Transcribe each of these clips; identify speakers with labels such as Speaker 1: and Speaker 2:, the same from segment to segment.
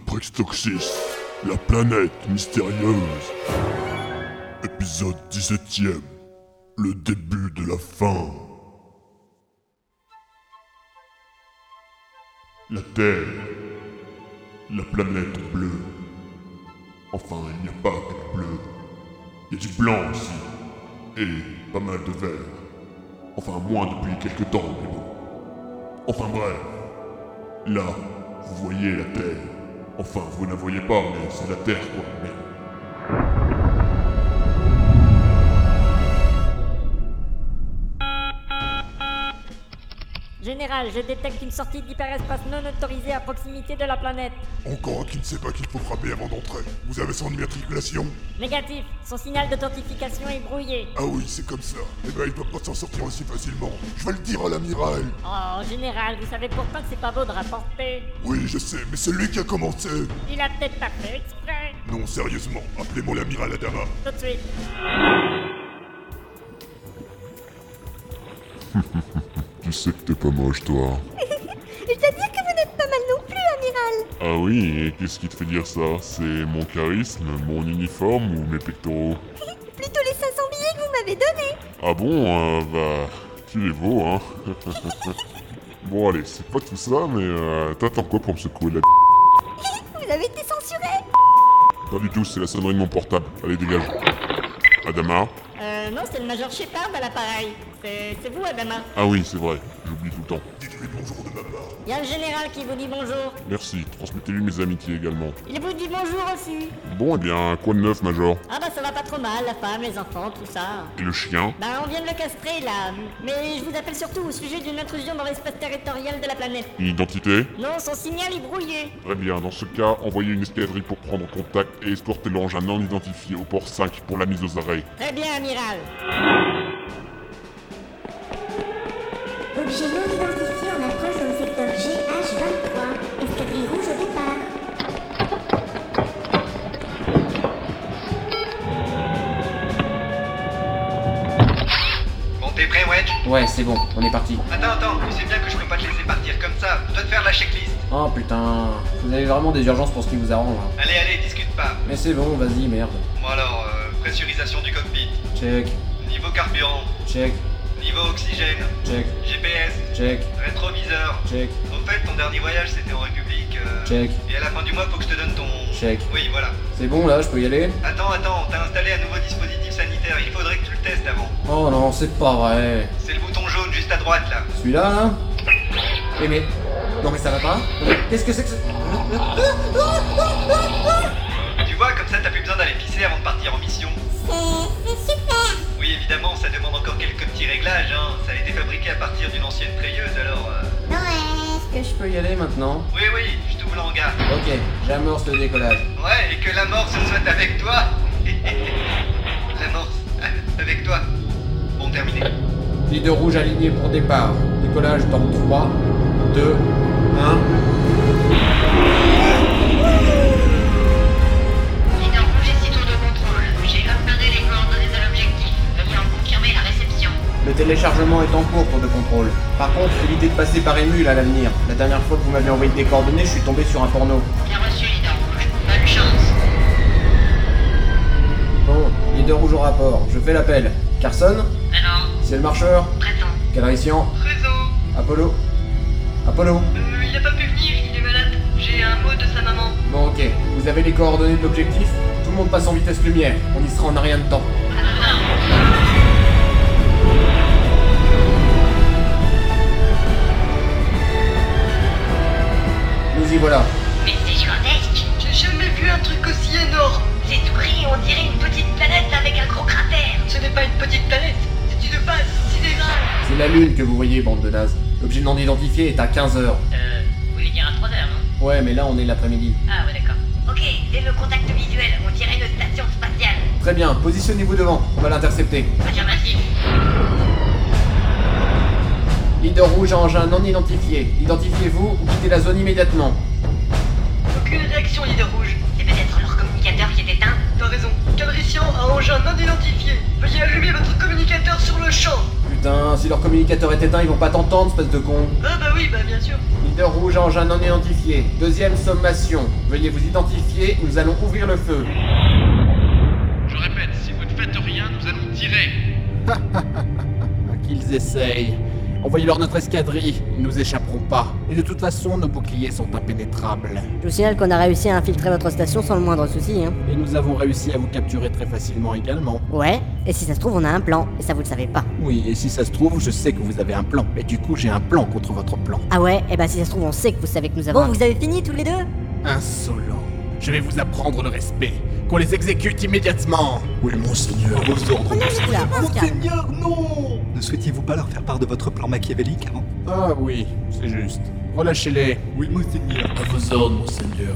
Speaker 1: Adoprextoxis, la planète mystérieuse. Épisode 17ème, le début de la fin. La Terre, la planète bleue. Enfin, il n'y a pas que du bleu. Il y a du blanc aussi. Et pas mal de vert. Enfin, moins depuis quelques temps, mais bon. Enfin bref. Là, vous voyez la Terre. Enfin, vous ne la voyez pas, mais c'est la Terre, quoi. Merde.
Speaker 2: Général, je détecte une sortie d'hyperespace non autorisée à proximité de la planète.
Speaker 3: Encore un qui ne sait pas qu'il faut frapper avant d'entrer. Vous avez son immatriculation
Speaker 2: Négatif, son signal d'authentification est brouillé.
Speaker 3: Ah oui, c'est comme ça. Eh ben, il peut pas s'en sortir aussi facilement. Je vais le dire à l'amiral.
Speaker 2: Oh, général, vous savez pourtant que c'est pas beau de rapporter.
Speaker 3: Oui, je sais, mais c'est lui qui a commencé.
Speaker 2: Il a peut-être pas fait exprès.
Speaker 3: Non, sérieusement, appelez-moi l'amiral Adama.
Speaker 2: Tout de suite.
Speaker 1: Tu sais que t'es pas moche, toi.
Speaker 4: Je dois dire que vous n'êtes pas mal non plus, amiral.
Speaker 1: Ah oui, et qu'est-ce qui te fait dire ça C'est mon charisme, mon uniforme ou mes pectoraux
Speaker 4: Plutôt les 500 billets que vous m'avez donnés.
Speaker 1: Ah bon, euh, bah, tu les vaux, hein. bon, allez, c'est pas tout ça, mais euh, t'attends quoi pour me secouer de la c***
Speaker 4: Vous avez été censuré.
Speaker 1: Pas du tout, c'est la sonnerie de mon portable. Allez, dégage. Adama
Speaker 2: Euh, non, c'est le Major Shepard à l'appareil. C'est c'est vous, Adama.
Speaker 1: Ah oui, c'est vrai, j'oublie tout le temps.
Speaker 3: Dites-lui bonjour de ma part.
Speaker 2: Il y a le général qui vous dit bonjour.
Speaker 1: Merci, transmettez-lui mes amitiés également.
Speaker 2: Il vous dit bonjour aussi.
Speaker 1: Bon, eh bien, quoi de neuf, Major
Speaker 2: Ah bah ça va pas trop mal, la femme, les enfants, tout ça.
Speaker 1: Et le chien
Speaker 2: Bah on vient de le castrer là. Mais je vous appelle surtout au sujet d'une intrusion dans l'espace territorial de la planète.
Speaker 1: Une identité
Speaker 2: Non, son signal est brouillé.
Speaker 1: Très bien, dans ce cas, envoyez une escadrille pour prendre contact et escorter l'engin non identifié au port 5 pour la mise aux arrêts.
Speaker 2: Très bien, amiral.
Speaker 5: Objet non identifié en approche dans le secteur GH23. Escadrille rouge au départ.
Speaker 6: Bon, t'es prêt, Wedge
Speaker 7: Ouais, c'est bon, on est parti.
Speaker 6: Attends, attends, tu sais bien que je peux pas te laisser partir comme ça. Je dois te faire la checklist.
Speaker 7: Oh putain, vous avez vraiment des urgences pour ce qui vous arrange. hein.
Speaker 6: Allez, allez, discute pas.
Speaker 7: Mais c'est bon, vas-y, merde.
Speaker 6: Bon, alors, euh, pressurisation du cockpit.
Speaker 7: Check,
Speaker 6: Niveau carburant.
Speaker 7: check,
Speaker 6: Niveau oxygène.
Speaker 7: check,
Speaker 6: GPS.
Speaker 7: check,
Speaker 6: Rétroviseur.
Speaker 7: check,
Speaker 6: Au fait, ton dernier voyage, c'était en République. euh,
Speaker 7: check,
Speaker 6: Et à la fin du mois, faut que je te donne ton.
Speaker 7: check.
Speaker 6: Oui, voilà.
Speaker 7: C'est bon là, je peux y aller
Speaker 6: Attends, attends, t'as installé un nouveau dispositif sanitaire. Il faudrait que tu le testes avant.
Speaker 7: Oh non, c'est pas vrai.
Speaker 6: C'est le bouton jaune juste à droite là.
Speaker 7: Celui-là là Eh mais. Non mais ça va pas Qu'est-ce que c'est que ce.
Speaker 6: Tu vois, comme ça, t'as plus besoin d'aller pisser avant de partir en mission.
Speaker 5: C'est c'est super.
Speaker 6: Oui, évidemment, ça demande encore quelques petits réglages, hein. Ça a été fabriqué à partir d'une ancienne treilleuse, alors... euh,
Speaker 5: Ouais.
Speaker 7: Est-ce que je peux y aller maintenant
Speaker 6: Oui, oui, je t'ouvre l'hangar.
Speaker 7: Ok, j'amorce le décollage.
Speaker 6: Ouais, et que l'amorce soit avec toi L'amorce, avec toi. Bon, terminé.
Speaker 7: Les deux rouges alignés pour départ. Décollage dans 3, 2, 1.
Speaker 8: Mineur rouge et tours de contrôle. J'ai repéré les coordonnées de l'objectif. Veuillez en confirmer la réception.
Speaker 7: Le téléchargement est en cours, tour de contrôle. Par contre, évitez de passer par Emule à l'avenir. La dernière fois que vous m'avez envoyé des coordonnées, je suis tombé sur un porno.
Speaker 8: Bien reçu, leader rouge. Bonne chance.
Speaker 7: Bon, leader rouge au rapport, je fais l'appel. Carson
Speaker 8: Alors,
Speaker 7: C'est le marcheur
Speaker 8: présent.
Speaker 7: Calrissian
Speaker 8: Présent.
Speaker 7: Apollo Apollo
Speaker 8: Euh, il a pas pu venir, il est malade. J'ai un mot de sa maman.
Speaker 7: Bon, ok. Vous avez les coordonnées de l'objectif Tout le monde passe en vitesse lumière. On y sera en arrière de temps. Nous y voilà.
Speaker 8: Mais c'est gigantesque. J'ai jamais vu un truc aussi énorme. C'est tout gris, on dirait une petite planète avec un gros cratère. Ce n'est pas une petite planète, c'est une base sidérale.
Speaker 7: C'est la lune que vous voyez, bande de nazes. L'objet non identifié est à 15h.
Speaker 8: Euh, vous voulez dire à 3 heures, non
Speaker 7: Ouais, mais là, on est l'après-midi.
Speaker 8: Ah ouais, d'accord. Ok, dès le contact visuel, on dirait une station spatiale.
Speaker 7: Très bien, positionnez-vous devant, on va l'intercepter.
Speaker 8: Affirmatif.
Speaker 7: Leader rouge à engin non identifié. Identifiez-vous ou quittez la zone immédiatement.
Speaker 8: Aucune réaction, leader rouge. C'est peut-être leur communicateur qui est éteint. T'as raison. Calrissian à engin non identifié. Veuillez allumer votre communicateur sur le champ.
Speaker 7: Putain, si leur communicateur est éteint, ils vont pas t'entendre, espèce de con.
Speaker 8: Ah bah oui, bah bien sûr.
Speaker 9: Leader rouge, engin non identifié. Deuxième sommation. Veuillez vous identifier ou nous allons ouvrir le feu.
Speaker 10: Je répète, si vous ne faites rien, nous allons tirer.
Speaker 9: Qu'ils essayent. Envoyez-leur notre escadrille, ils nous échapperont pas. Et de toute façon, nos boucliers sont impénétrables.
Speaker 8: Je vous signale qu'on a réussi à infiltrer votre station sans le moindre souci, hein.
Speaker 9: Et nous avons réussi à vous capturer très facilement également.
Speaker 8: Ouais, et si ça se trouve, on a un plan, et ça vous le savez pas.
Speaker 9: Oui, et si ça se trouve, je sais que vous avez un plan. Et du coup, j'ai un plan contre votre plan.
Speaker 8: Ah ouais, et bah si ça se trouve, on sait que vous savez que nous avons. Bon, vous avez fini tous les deux
Speaker 9: Insolent. Je vais vous apprendre le respect. Qu'on les exécute immédiatement. Oui, monseigneur. Vos ordres.
Speaker 8: Oula, Pascal.
Speaker 9: non
Speaker 11: Ne souhaitiez-vous pas leur faire part de votre plan machiavélique avant
Speaker 9: Ah oui, c'est juste. Relâchez-les.
Speaker 11: Oui, monseigneur.
Speaker 9: À vos ordres, monseigneur.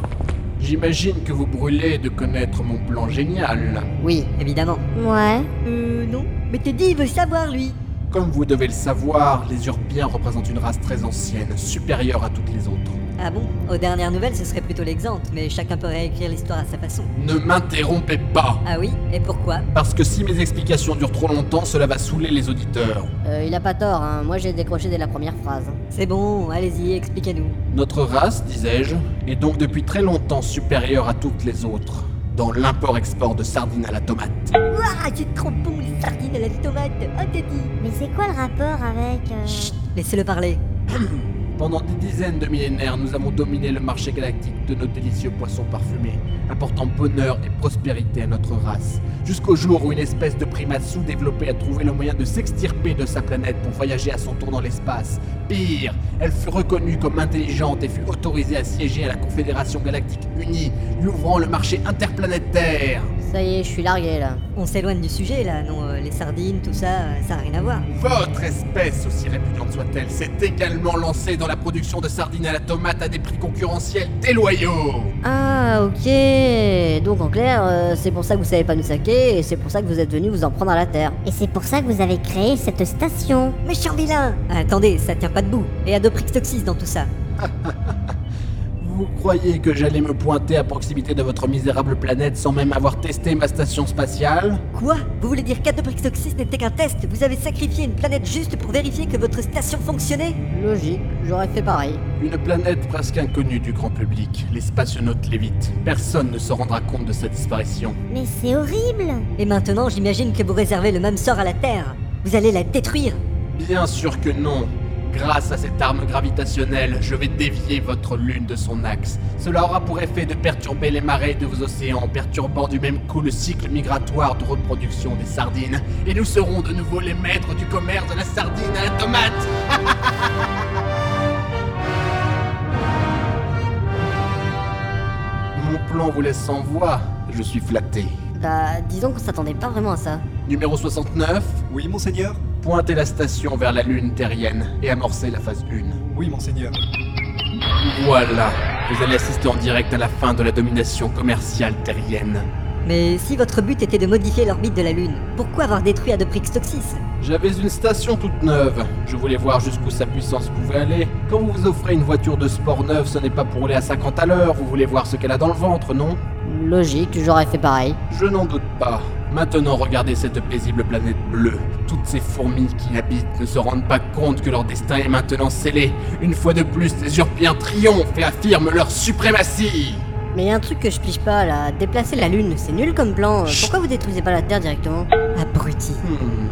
Speaker 9: J'imagine que vous brûlez de connaître mon plan génial.
Speaker 8: Oui, évidemment.
Speaker 5: Ouais. Euh, non. Mais Teddy, il veut savoir, lui.
Speaker 9: Comme vous devez le savoir, les Urbiens représentent une race très ancienne, supérieure à toutes les autres.
Speaker 4: Ah bon Aux dernières nouvelles, ce serait plutôt l'exemple, mais chacun peut réécrire l'histoire à sa façon.
Speaker 9: Ne m'interrompez pas
Speaker 4: Ah oui Et pourquoi
Speaker 9: Parce que si mes explications durent trop longtemps, cela va saouler les auditeurs.
Speaker 8: Euh, il a pas tort, hein. Moi, j'ai décroché dès la première phrase.
Speaker 4: C'est bon, allez-y, expliquez-nous.
Speaker 9: Notre race, disais-je, est donc depuis très longtemps supérieure à toutes les autres, dans l'import-export de sardines à la tomate.
Speaker 12: Ah,
Speaker 5: Ouah, c'est trop bon, les sardines à la tomate. Oh, Teddy.
Speaker 12: Mais c'est quoi le rapport avec... euh,
Speaker 4: Chut Laissez-le parler.
Speaker 9: Pendant des dizaines de millénaires, nous avons dominé le marché galactique de nos délicieux poissons parfumés, apportant bonheur et prospérité à notre race, jusqu'au jour où une espèce de primate sous-développée a trouvé le moyen de s'extirper de sa planète pour voyager à son tour dans l'espace. Pire, elle fut reconnue comme intelligente et fut autorisée à siéger à la Confédération Galactique Unie, lui ouvrant le marché interplanétaire.
Speaker 8: Ça y est, je suis largué là.
Speaker 4: On s'éloigne du sujet là, non euh, Les sardines, tout ça, euh, ça a rien à voir.
Speaker 9: Votre espèce, aussi répugnante soit-elle, s'est également lancée dans la production de sardines à la tomate à des prix concurrentiels déloyaux.
Speaker 8: Ah, ok. Donc en clair, euh, c'est pour ça que vous savez pas nous saquer, et c'est pour ça que vous êtes venus vous en prendre à la terre.
Speaker 12: Et c'est pour ça que vous avez créé cette station.
Speaker 5: Méchant vilain.
Speaker 4: Attendez, ça tient pas debout. Et à deux prix toxiques dans tout ça.
Speaker 9: Vous croyez que j'allais me pointer à proximité de votre misérable planète sans même avoir testé ma station spatiale
Speaker 4: Quoi Vous voulez dire qu'Adoprixoxys n'était qu'un test Vous avez sacrifié une planète juste pour vérifier que votre station fonctionnait
Speaker 8: Logique, j'aurais fait pareil.
Speaker 9: Une planète presque inconnue du grand public, l'espace note lévite. Personne ne se rendra compte de sa disparition.
Speaker 12: Mais c'est horrible
Speaker 4: Et maintenant, j'imagine que vous réservez le même sort à la Terre. Vous allez la détruire
Speaker 9: Bien sûr que non. Grâce à cette arme gravitationnelle, je vais dévier votre lune de son axe. Cela aura pour effet de perturber les marées de vos océans, perturbant du même coup le cycle migratoire de reproduction des sardines. Et nous serons de nouveau les maîtres du commerce de la sardine à la tomate. Mon plan vous laisse sans voix. Je suis flatté.
Speaker 8: Bah, disons qu'on s'attendait pas vraiment à ça.
Speaker 9: Numéro 69,
Speaker 11: Oui, monseigneur.
Speaker 9: pointez la station vers la lune terrienne et amorcez la phase 1.
Speaker 11: Oui, monseigneur.
Speaker 9: Voilà, vous allez assister en direct à la fin de la domination commerciale terrienne.
Speaker 4: Mais si votre but était de modifier l'orbite de la Lune, pourquoi avoir détruit Adoprixoxys
Speaker 9: J'avais une station toute neuve. Je voulais voir jusqu'où sa puissance pouvait aller. Quand vous vous offrez une voiture de sport neuve, ce n'est pas pour rouler à 50 à l'heure. Vous voulez voir ce qu'elle a dans le ventre, non
Speaker 8: Logique, j'aurais fait pareil.
Speaker 9: Je n'en doute pas. Maintenant, regardez cette paisible planète bleue. Toutes ces fourmis qui l'habitent ne se rendent pas compte que leur destin est maintenant scellé. Une fois de plus, les Urpiens triomphent et affirment leur suprématie.
Speaker 8: Mais y a un truc que je pige pas là, déplacer la lune, c'est nul comme plan. Euh, Pourquoi vous détruisez pas la Terre directement
Speaker 4: Abruti.
Speaker 9: Hmm,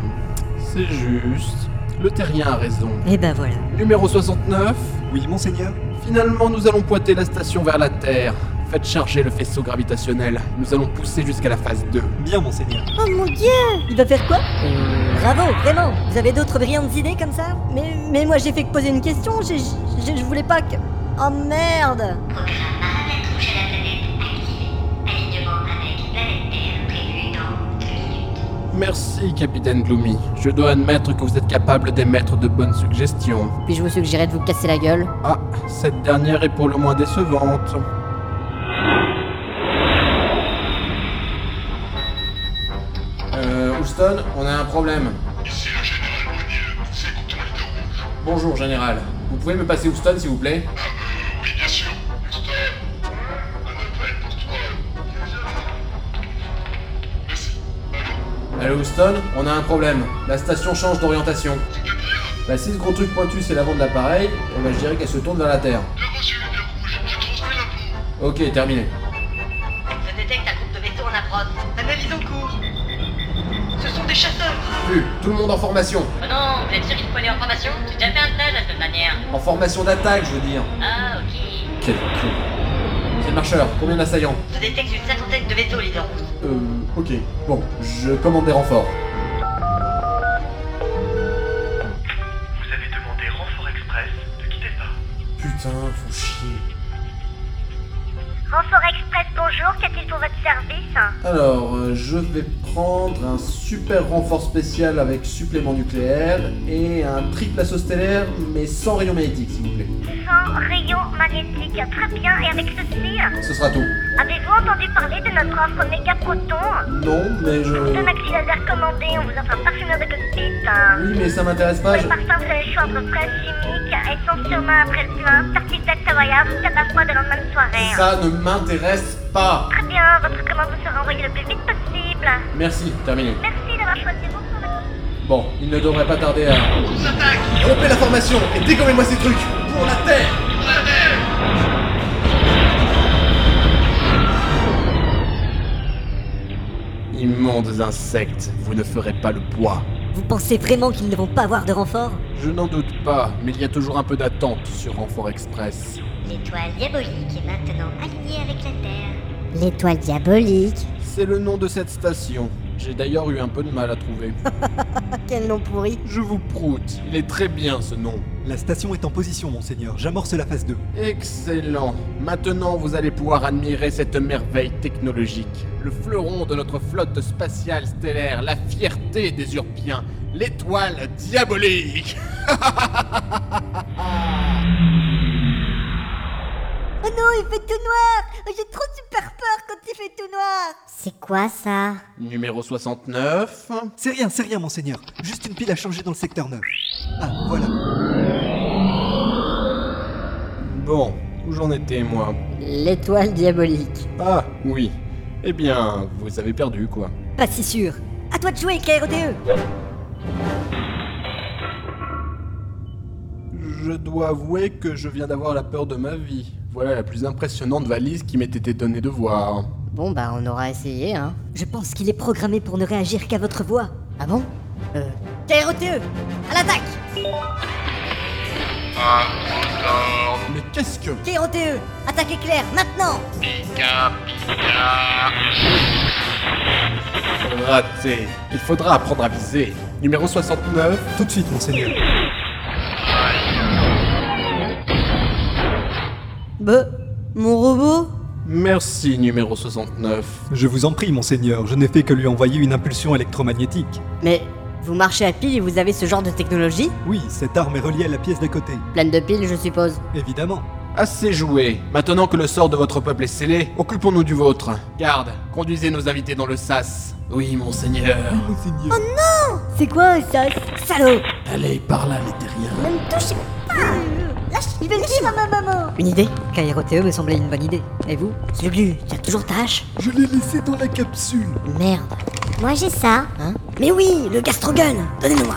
Speaker 9: c'est juste. Le terrien a raison.
Speaker 4: Et ben voilà.
Speaker 9: Numéro 69.
Speaker 11: Oui, monseigneur.
Speaker 9: Finalement, nous allons pointer la station vers la Terre. Faites charger le faisceau gravitationnel. Nous allons pousser jusqu'à la phase 2.
Speaker 11: Bien, monseigneur.
Speaker 5: Oh mon dieu
Speaker 4: Il va faire quoi Euh, Bravo, vraiment Vous avez d'autres brillantes idées comme ça
Speaker 8: Mais, mais moi j'ai fait que poser une question, j'ai- j'ai- je voulais pas que. Oh merde
Speaker 12: Programme paramètre rouge à la planète activé. Alignement avec planète Terre prévu dans 2 minutes.
Speaker 9: Merci, capitaine Gloomy. Je dois admettre que vous êtes capable d'émettre de bonnes suggestions.
Speaker 8: Puis je vous suggérais de vous casser la gueule.
Speaker 9: Ah, cette dernière est pour le moins décevante. Euh, Houston, on a un problème.
Speaker 1: Ici le général Mounier, c'est contre le leader rouge.
Speaker 9: Bonjour, général. Vous pouvez me passer Houston, s'il vous plaît
Speaker 1: Ah, euh, oui, bien sûr, Houston. Un appel pour toi. Merci. Allô
Speaker 9: Allô, Houston, on a un problème. La station change d'orientation.
Speaker 1: C'est-à-dire
Speaker 9: Bah si ce gros truc pointu c'est l'avant de l'appareil, eh ben, je dirais qu'elle se tourne vers la Terre. Ok, terminé.
Speaker 13: Je détecte un groupe de vaisseaux en approche. Analyse en cours. Ce sont des chasseurs.
Speaker 9: Vu, tout le monde en formation.
Speaker 13: Oh non, vous êtes sûr qu'il faut aller en formation J'ai déjà fait un stage la semaine dernière.
Speaker 9: En formation d'attaque, je veux dire.
Speaker 13: Ah, ok.
Speaker 9: Quel clou. C'est le marcheur, combien d'assaillants
Speaker 13: Je détecte une cinquantaine de vaisseaux, leader.
Speaker 9: Euh, ok. Bon, je commande des renforts.
Speaker 14: Vous avez demandé renfort express, ne quittez pas.
Speaker 9: Putain, faut chier.
Speaker 5: Renfort Express, bonjour, qu'est-il pour votre service
Speaker 9: Alors, euh, je vais prendre un super renfort spécial avec supplément nucléaire et un triple assaut stellaire, mais sans rayon magnétique, s'il vous plaît.
Speaker 5: Sans rayon magnétique, très bien, et avec ceci
Speaker 9: Ce sera tout.
Speaker 5: Avez-vous entendu parler de notre offre méga proton
Speaker 9: Non, mais je.
Speaker 5: Deux maxillaseurs commandés, on vous offre un parfumeur de cockpit.
Speaker 9: Oui, mais ça m'intéresse pas. je-
Speaker 5: Pour les parfums, vous avez le choix entre fraise chimique, essence sur main après le plein, certificat savoyard, tabac froid de lendemain de soirée.
Speaker 9: Ça ne m'intéresse pas.
Speaker 5: Très bien, votre commande vous sera envoyée le plus vite possible.
Speaker 9: Merci, terminé.
Speaker 5: Merci d'avoir choisi vous.
Speaker 9: Bon, il ne devrait pas tarder à. Rompez la formation et dégommez-moi ces trucs Pour la Terre Immondes insectes, vous ne ferez pas le poids.
Speaker 4: Vous pensez vraiment qu'ils ne vont pas avoir de renfort
Speaker 9: Je n'en doute pas, mais il y a toujours un peu d'attente sur Renfort Express.
Speaker 12: L'étoile diabolique est maintenant alignée avec la Terre.
Speaker 8: L'étoile diabolique.
Speaker 9: C'est le nom de cette station. J'ai d'ailleurs eu un peu de mal à trouver.
Speaker 4: Quel nom pourri
Speaker 9: Je vous proute, il est très bien ce nom.
Speaker 11: La station est en position, monseigneur. J'amorce la phase 2.
Speaker 9: Excellent. Maintenant, vous allez pouvoir admirer cette merveille technologique. Le fleuron de notre flotte spatiale stellaire, la fierté des Urpiens, l'étoile diabolique.
Speaker 5: Oh non, il fait tout noir J'ai trop super peur quand il fait tout noir
Speaker 8: C'est quoi ça
Speaker 9: Numéro 69.
Speaker 11: C'est rien, c'est rien, monseigneur. Juste une pile à changer dans le secteur 9. Ah, voilà.
Speaker 9: Bon, où j'en étais moi
Speaker 8: L'étoile diabolique.
Speaker 9: Ah, oui. Eh bien, vous avez perdu quoi.
Speaker 4: Pas si sûr. À toi de jouer, KRODE
Speaker 9: Je dois avouer que je viens d'avoir la peur de ma vie. Voilà la plus impressionnante valise qui m'était étonnée de voir.
Speaker 8: Bon bah on aura essayé hein.
Speaker 4: Je pense qu'il est programmé pour ne réagir qu'à votre voix.
Speaker 8: Ah bon Euh.
Speaker 4: KRODE E, À l'attaque
Speaker 9: Mais qu'est-ce que...
Speaker 8: E.
Speaker 4: KRODE Attaque éclair, maintenant
Speaker 9: Raté. Il faudra apprendre à viser. Numéro 69.
Speaker 11: Tout de suite, monseigneur.
Speaker 4: Bah, mon robot
Speaker 9: Merci, numéro 69.
Speaker 11: Je vous en prie, monseigneur. Je n'ai fait que lui envoyer une impulsion électromagnétique.
Speaker 8: Mais vous marchez à pile et vous avez ce genre de technologie
Speaker 11: Oui, cette arme est reliée à la pièce d'à côté.
Speaker 8: Pleine de piles je suppose.
Speaker 11: Évidemment.
Speaker 9: Assez joué. Maintenant que le sort de votre peuple est scellé, occupons-nous du vôtre. Garde, conduisez nos invités dans le sas. Oui, monseigneur.
Speaker 11: Monseigneur.
Speaker 4: C'est quoi ça Salaud
Speaker 9: Allez, par là, les terriens.
Speaker 5: Ne me touchez pas Lâche, il veut dire à ma maman
Speaker 4: Une idée KROTE E me semblait une bonne idée. Et vous Zulu, t'as toujours ta hache
Speaker 11: Je l'ai laissé dans la capsule.
Speaker 4: Merde.
Speaker 5: Moi j'ai ça
Speaker 4: Mais oui, le Gastrogun Donnez-le-moi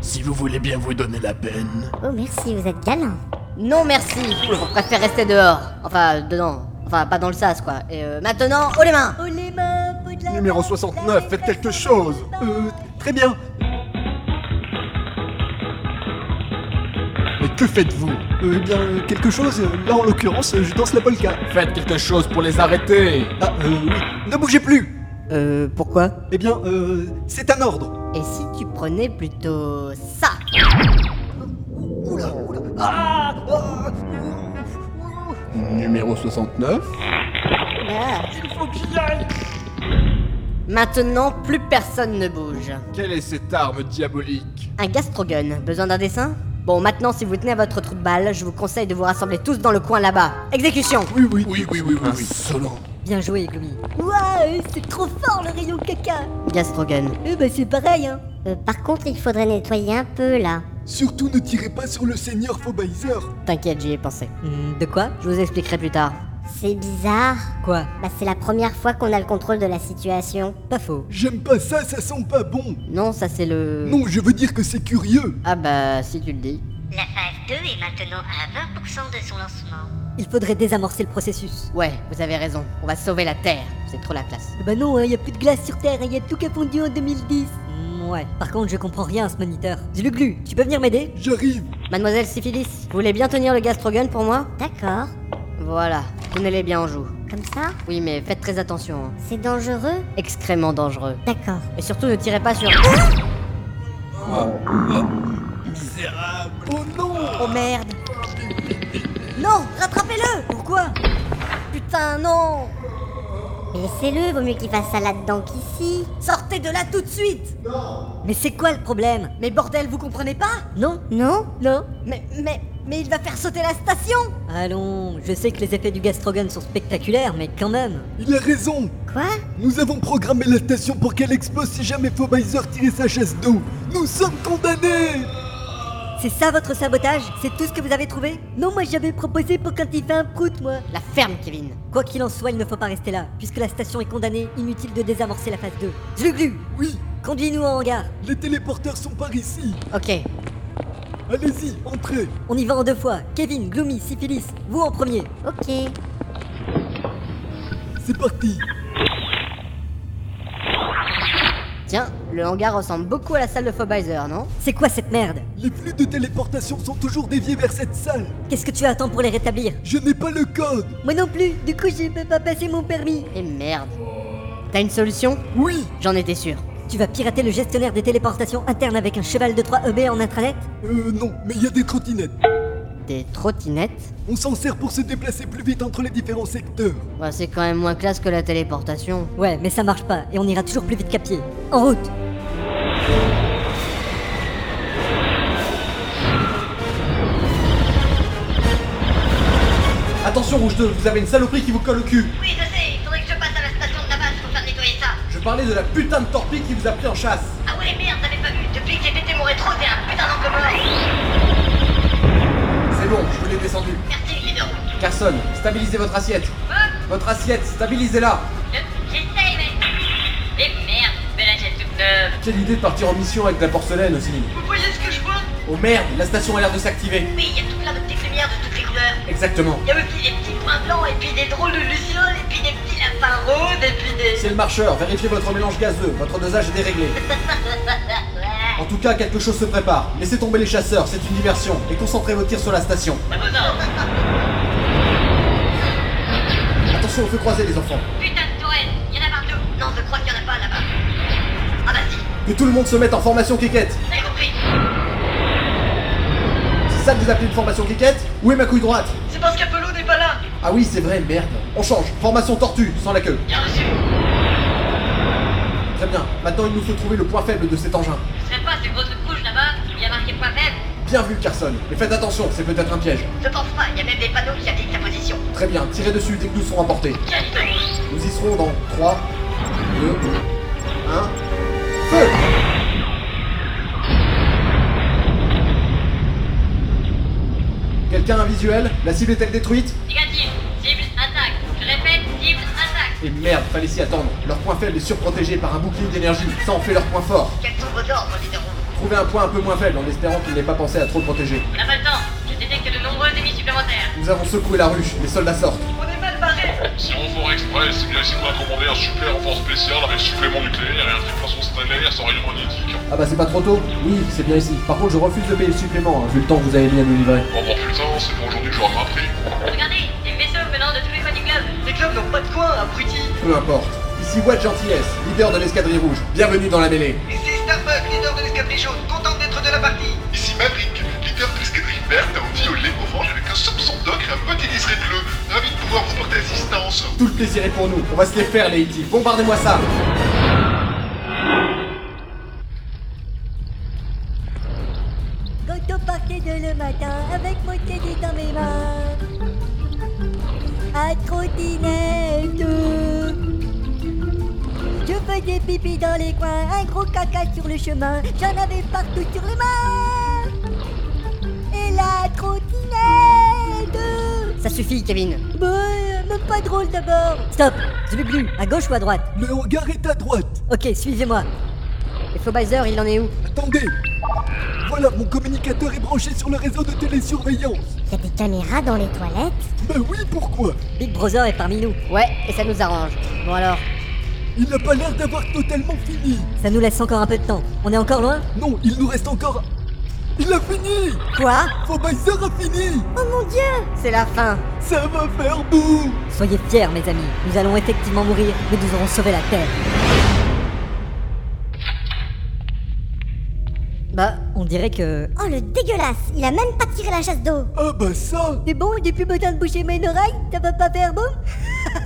Speaker 9: Si vous voulez bien vous donner la peine.
Speaker 5: Oh merci, vous êtes galant
Speaker 8: Non merci On préfère rester dehors. Enfin dedans. Enfin pas dans le sas quoi. Et euh, maintenant, haut les mains
Speaker 5: Oh les mains, bout de la
Speaker 9: Numéro 69, faites quelque chose.
Speaker 11: Euh, très bien.
Speaker 9: Mais que faites-vous
Speaker 11: Euh, eh bien, euh, quelque chose. euh, Là, en l'occurrence, euh, je danse la polka.
Speaker 9: Faites quelque chose pour les arrêter.
Speaker 11: Ah, euh, oui. Ne bougez plus
Speaker 8: Euh, pourquoi
Speaker 11: Eh bien, euh, c'est un ordre.
Speaker 8: Et si tu prenais plutôt ça
Speaker 11: Oula, oula. Ah, ah,
Speaker 9: Numéro 69.
Speaker 5: Ah.
Speaker 8: Maintenant, plus personne ne bouge.
Speaker 9: Quelle est cette arme diabolique
Speaker 8: Un gastrogun, besoin d'un dessin Bon, maintenant, si vous tenez à votre trou de balle, je vous conseille de vous rassembler tous dans le coin là-bas. Exécution
Speaker 9: Oui, oui, oui, oui, oui, oui. Insolent.
Speaker 4: Bien joué, Gloomy.
Speaker 5: Waouh, c'est trop fort le rayon caca
Speaker 8: Gastrogun.
Speaker 4: Eh ben c'est pareil, hein
Speaker 5: Euh, Par contre, il faudrait nettoyer un peu là.
Speaker 11: Surtout ne tirez pas sur le seigneur Faubaïzer.
Speaker 8: T'inquiète, j'y ai pensé.
Speaker 4: Hmm, De quoi
Speaker 8: Je vous expliquerai plus tard.
Speaker 5: C'est bizarre.
Speaker 4: Quoi
Speaker 5: Bah c'est la première fois qu'on a le contrôle de la situation.
Speaker 4: Pas faux.
Speaker 9: J'aime pas ça, ça sent pas bon.
Speaker 8: Non, ça c'est le...
Speaker 9: Non, je veux dire que c'est curieux.
Speaker 8: Ah bah si tu le dis.
Speaker 15: La phase 2 est maintenant à 20% de son lancement.
Speaker 4: Il faudrait désamorcer le processus.
Speaker 8: Ouais, vous avez raison. On va sauver la Terre. C'est trop la classe.
Speaker 4: Bah non, il y a plus de glace sur Terre, il y a tout qui a fondu en 2010. Hmm, Ouais. Par contre, je comprends rien à ce moniteur. Gluglu, tu peux venir m'aider
Speaker 9: J'arrive.
Speaker 8: Mademoiselle Syphilis, vous voulez bien tenir le gastrogun pour moi
Speaker 5: D'accord.
Speaker 8: Voilà, tenez-les bien en joue.
Speaker 5: Comme ça
Speaker 8: Oui, mais faites très attention. hein.
Speaker 5: C'est dangereux
Speaker 8: Extrêmement dangereux.
Speaker 5: D'accord.
Speaker 8: Et surtout, ne tirez pas sur...
Speaker 7: Misérable
Speaker 9: Oh non
Speaker 4: Oh merde Non Rattrapez-le Pourquoi Putain, non
Speaker 5: Mais laissez-le, vaut mieux qu'il fasse ça là-dedans qu'ici.
Speaker 4: Sortez de là tout de suite Non Mais c'est quoi le problème Mais bordel, vous comprenez pas Non
Speaker 5: Non
Speaker 4: Non Mais, mais, mais il va faire sauter la station Allons, je sais que les effets du gastrogun sont spectaculaires, mais quand même
Speaker 9: Il a raison.
Speaker 5: Quoi
Speaker 9: Nous avons programmé la station pour qu'elle explose si jamais Fobizer tirait sa chasse d'eau. Nous sommes condamnés
Speaker 4: C'est ça votre sabotage C'est tout ce que vous avez trouvé Non, moi j'avais proposé pour quand il fait un prout, moi
Speaker 8: La ferme, Kevin.
Speaker 4: Quoi qu'il en soit, il ne faut pas rester là, puisque la station est condamnée, inutile de désamorcer la phase 2. Zluglu
Speaker 9: Oui,
Speaker 4: Conduis-nous en hangar
Speaker 9: les téléporteurs sont par ici.
Speaker 8: Ok,
Speaker 9: Allez-y, entrez.
Speaker 4: On y va en deux fois. Kevin, Gloomy, Syphilis, vous en premier.
Speaker 5: Ok.
Speaker 9: C'est parti.
Speaker 8: Tiens, le hangar ressemble beaucoup à la salle de Fobizer, non
Speaker 4: C'est quoi cette merde
Speaker 9: Les flux de téléportation sont toujours déviés vers cette salle.
Speaker 4: Qu'est-ce que tu attends pour les rétablir
Speaker 9: Je n'ai pas le code.
Speaker 4: Moi non plus, du coup je peux pas passer mon permis.
Speaker 8: Et merde. T'as une solution
Speaker 9: Oui.
Speaker 8: J'en étais sûr.
Speaker 4: Tu vas pirater le gestionnaire des téléportations internes avec un cheval de 3 EB en intranet
Speaker 9: Euh non, mais il y a des trottinettes.
Speaker 8: Des trottinettes
Speaker 9: On s'en sert pour se déplacer plus vite entre les différents secteurs.
Speaker 4: Bah,
Speaker 8: Ouais, C'est quand même moins classe que la téléportation.
Speaker 4: Ouais, mais ça marche pas, et on ira toujours plus vite qu'à pied. En route
Speaker 7: Attention Rouge 2, vous avez une saloperie qui vous colle au cul
Speaker 15: Oui, je sais, il faudrait que je passe à la station de la base pour faire nettoyer ça.
Speaker 7: Je parlais de la putain de torpille qui vous a pris en chasse
Speaker 15: Ah ouais, merde, t'avais pas vu, depuis que j'ai pété mon rétro, t'es un putain d'enfant mort.
Speaker 7: C'est bon, je vous l'ai descendu.
Speaker 15: Merci, leader.
Speaker 7: Carson, stabilisez votre assiette. Votre assiette, stabilisez-la
Speaker 15: Je- J'essaye, mais. Et merde, mais là j'ai toute neuve.
Speaker 7: Quelle idée de partir en mission avec de la porcelaine aussi
Speaker 6: Vous voyez ce que je vois
Speaker 7: Oh merde, la station a l'air de s'activer
Speaker 15: Oui, il y a tout plein de petites lumières de toutes les couleurs.
Speaker 7: Exactement.
Speaker 15: Il y a aussi des petits points blancs, et puis des drôles de lucioles, et puis des petits lapins roses, et puis des.
Speaker 7: C'est le marcheur, vérifiez votre mélange gazeux, votre dosage est déréglé. En tout cas, quelque chose se prépare. Laissez tomber les chasseurs, c'est une diversion, et concentrez vos tirs sur la station.
Speaker 15: Ah, bon, non.
Speaker 7: Attention aux feux croisés, les enfants.
Speaker 15: Putain de tourelle, il y en a partout. Non, je crois qu'il y en a pas là-bas. Ah bah si,
Speaker 7: Que tout le monde se mette en formation kékette.
Speaker 15: vous avez compris.
Speaker 7: C'est ça que vous appelez une formation kékette Où est ma couille droite
Speaker 6: C'est parce qu'Apollo n'est pas là
Speaker 7: Ah oui, c'est vrai, merde. On change, formation tortue, sans la queue.
Speaker 15: Bien reçu.
Speaker 7: Très bien, maintenant il nous faut trouver le point faible de cet engin.
Speaker 15: Je sais pas, ce gros truc rouge là-bas, il y a marqué point faible.
Speaker 7: Bien vu, Carson. Mais faites attention, c'est peut-être un piège.
Speaker 15: Je pense pas, il y a même des panneaux qui indiquent sa position.
Speaker 7: Très bien, tirez dessus dès que nous serons à portée.
Speaker 15: Quelle touche
Speaker 7: Nous y serons dans 3, 2, 1, feu Quelqu'un a un visuel La cible est-elle détruite
Speaker 15: Négatif, cible, attaque. Je répète, cible, attaque.
Speaker 7: Et merde, fallait s'y attendre. Leur point faible est surprotégé par un bouclier d'énergie. Ça en fait leur point fort.
Speaker 15: Quels sont vos ordres, leader rouge
Speaker 7: Trouvez un point un peu moins faible en espérant qu'il n'ait pas pensé à trop le protéger.
Speaker 15: On n'a pas le temps, je détecte de nombreux ennemis supplémentaires.
Speaker 7: Nous avons secoué la ruche, les soldats sortent.
Speaker 6: On est mal barré
Speaker 1: Si renfort express, il a moi commandé un super renfort spécial avec supplément nucléaire et infiltration stellaire sans rayon magnétique.
Speaker 7: Ah bah c'est pas trop tôt Oui, c'est bien ici. Par contre, je refuse de payer le supplément, hein, vu le temps que vous avez mis à nous livrer.
Speaker 1: Oh bon putain, c'est pour aujourd'hui que j'aurai appris.
Speaker 15: Regardez, des vaisseaux venant de tous les coins du globe.
Speaker 6: Les clubs n'ont pas de coin, abruti
Speaker 7: Peu importe. Ici Watt Gentillesse, leader de l'escadrille rouge. Bienvenue dans la mêlée.
Speaker 6: Ici Starbuck, leader de l'escadrille jaune, content d'être de la partie
Speaker 1: Ici Maverick, leader de l'escadrille verte, a violet orange avec un soupçon d'ocre et un petit liseré bleu. Ravi de pouvoir vous porter assistance.
Speaker 7: Tout le plaisir est pour nous. On va se les faire, les E.T. Bombardez-moi ça
Speaker 4: Quand on partait de le matin avec mon cahier dans mes mains, à trottinette, je faisais pipi dans les coins, un gros caca sur le chemin, j'en avais partout sur les mains. Et la trottinette,
Speaker 8: Ça suffit, Kevin.
Speaker 4: bon,
Speaker 16: même pas drôle d'abord
Speaker 4: Stop Je vais plus À gauche ou à droite
Speaker 9: Le hangar est à droite
Speaker 4: Ok, suivez-moi Et Faubizer, il en est où
Speaker 9: Attendez Voilà, mon communicateur est branché sur le réseau de télésurveillance
Speaker 5: Y a des caméras dans les toilettes
Speaker 9: Bah oui, pourquoi
Speaker 4: Big Brother est parmi nous Ouais, et ça nous arrange. Bon alors
Speaker 9: Il n'a pas l'air d'avoir totalement fini
Speaker 4: Ça nous laisse encore un peu de temps. On est encore loin
Speaker 9: Non, il nous reste encore... Il a fini
Speaker 4: Quoi
Speaker 9: Faubizer a fini
Speaker 16: Oh mon dieu
Speaker 4: C'est la fin
Speaker 9: Ça va faire boum
Speaker 4: Soyez fiers, mes amis. Nous allons effectivement mourir, mais nous aurons sauvé la Terre. Bah, on dirait que...
Speaker 5: Oh le dégueulasse Il a même pas tiré la chasse d'eau
Speaker 9: Ah bah ça
Speaker 16: C'est bon, j'ai plus besoin de boucher mes oreilles Ça va pas faire boum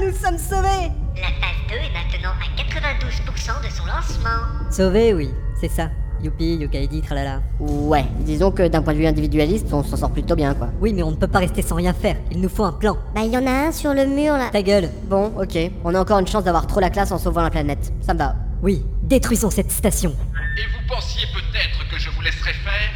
Speaker 16: Nous sommes sauvés
Speaker 8: La phase 2 est maintenant à 92% de son lancement.
Speaker 4: Sauvé, oui, c'est ça. Youpi, Yokaidi, tralala. Ouais, disons que d'un point de vue individualiste, on s'en sort plutôt bien, quoi. Oui, mais on ne peut pas rester sans rien faire. Il nous faut un plan.
Speaker 5: Bah il y en a un sur le mur là
Speaker 4: Ta gueule. Bon, ok. On a encore une chance d'avoir trop la classe en sauvant la planète. Ça me va. Oui, détruisons cette station.
Speaker 6: Et vous pensiez peut-être que je vous laisserais faire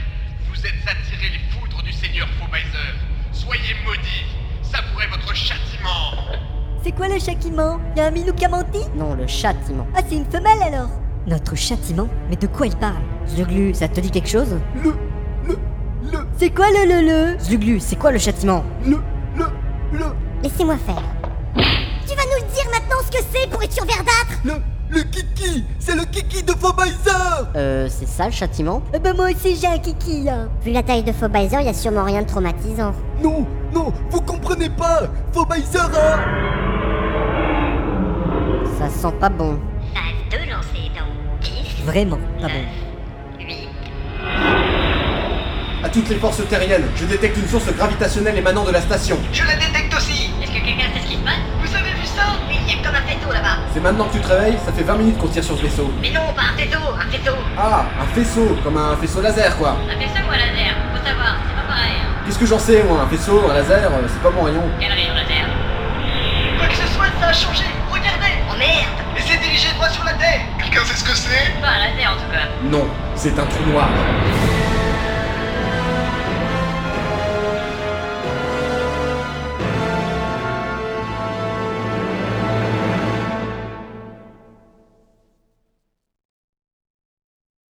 Speaker 6: Vous êtes attiré les foudres du Seigneur Faubizer. Soyez maudits, savourez votre châtiment.
Speaker 16: C'est quoi le châtiment Y'a un minou qui a menti
Speaker 4: Non, le châtiment.
Speaker 16: Ah, c'est une femelle alors
Speaker 4: Notre châtiment Mais de quoi il parle Zuglu, ça te dit quelque chose
Speaker 9: Le... Le... Le...
Speaker 16: C'est quoi le le le
Speaker 4: Zuglu, c'est quoi le châtiment
Speaker 9: Le... Le... Le...
Speaker 5: Laissez-moi faire. Tu vas nous le dire maintenant ce que c'est pour être sur verdâtre
Speaker 9: Le... Le kiki C'est le kiki de Faubizer
Speaker 4: Euh, c'est ça le châtiment
Speaker 16: Eh ben moi aussi j'ai un kiki, hein
Speaker 5: Vu la taille de Faubizer, y a sûrement rien de traumatisant.
Speaker 9: Non Non Vous comprenez pas hein? Faubizer a...
Speaker 4: Ça sent pas bon.
Speaker 8: Phase 2 lancée dans 10,
Speaker 4: Vraiment pas
Speaker 8: 9,
Speaker 4: bon.
Speaker 8: 8,
Speaker 7: À toutes les forces terriennes, je détecte une source gravitationnelle émanant de la station.
Speaker 17: Je la détecte aussi
Speaker 8: Est-ce que quelqu'un sait ce qui se passe
Speaker 17: Vous avez vu ça
Speaker 8: Oui, il y a comme un faisceau là-bas.
Speaker 7: C'est maintenant que tu te réveilles, ça fait 20 minutes qu'on tire sur ce vaisseau.
Speaker 8: Mais non, pas un faisceau, un faisceau.
Speaker 7: Ah, un faisceau, comme un faisceau laser quoi.
Speaker 8: Un faisceau ou un laser Faut savoir, c'est pas pareil. hein.
Speaker 7: Qu'est-ce que j'en sais moi, un faisceau, un laser, euh, c'est pas mon rayon.
Speaker 8: Quel rayon laser
Speaker 17: Quoi que ce soit, ça a changé Regardez
Speaker 8: Oh merde
Speaker 17: Et c'est dirigé droit sur la Terre
Speaker 18: Quelqu'un sait ce que c'est
Speaker 8: Pas un laser en tout cas.
Speaker 7: Non, c'est un trou noir.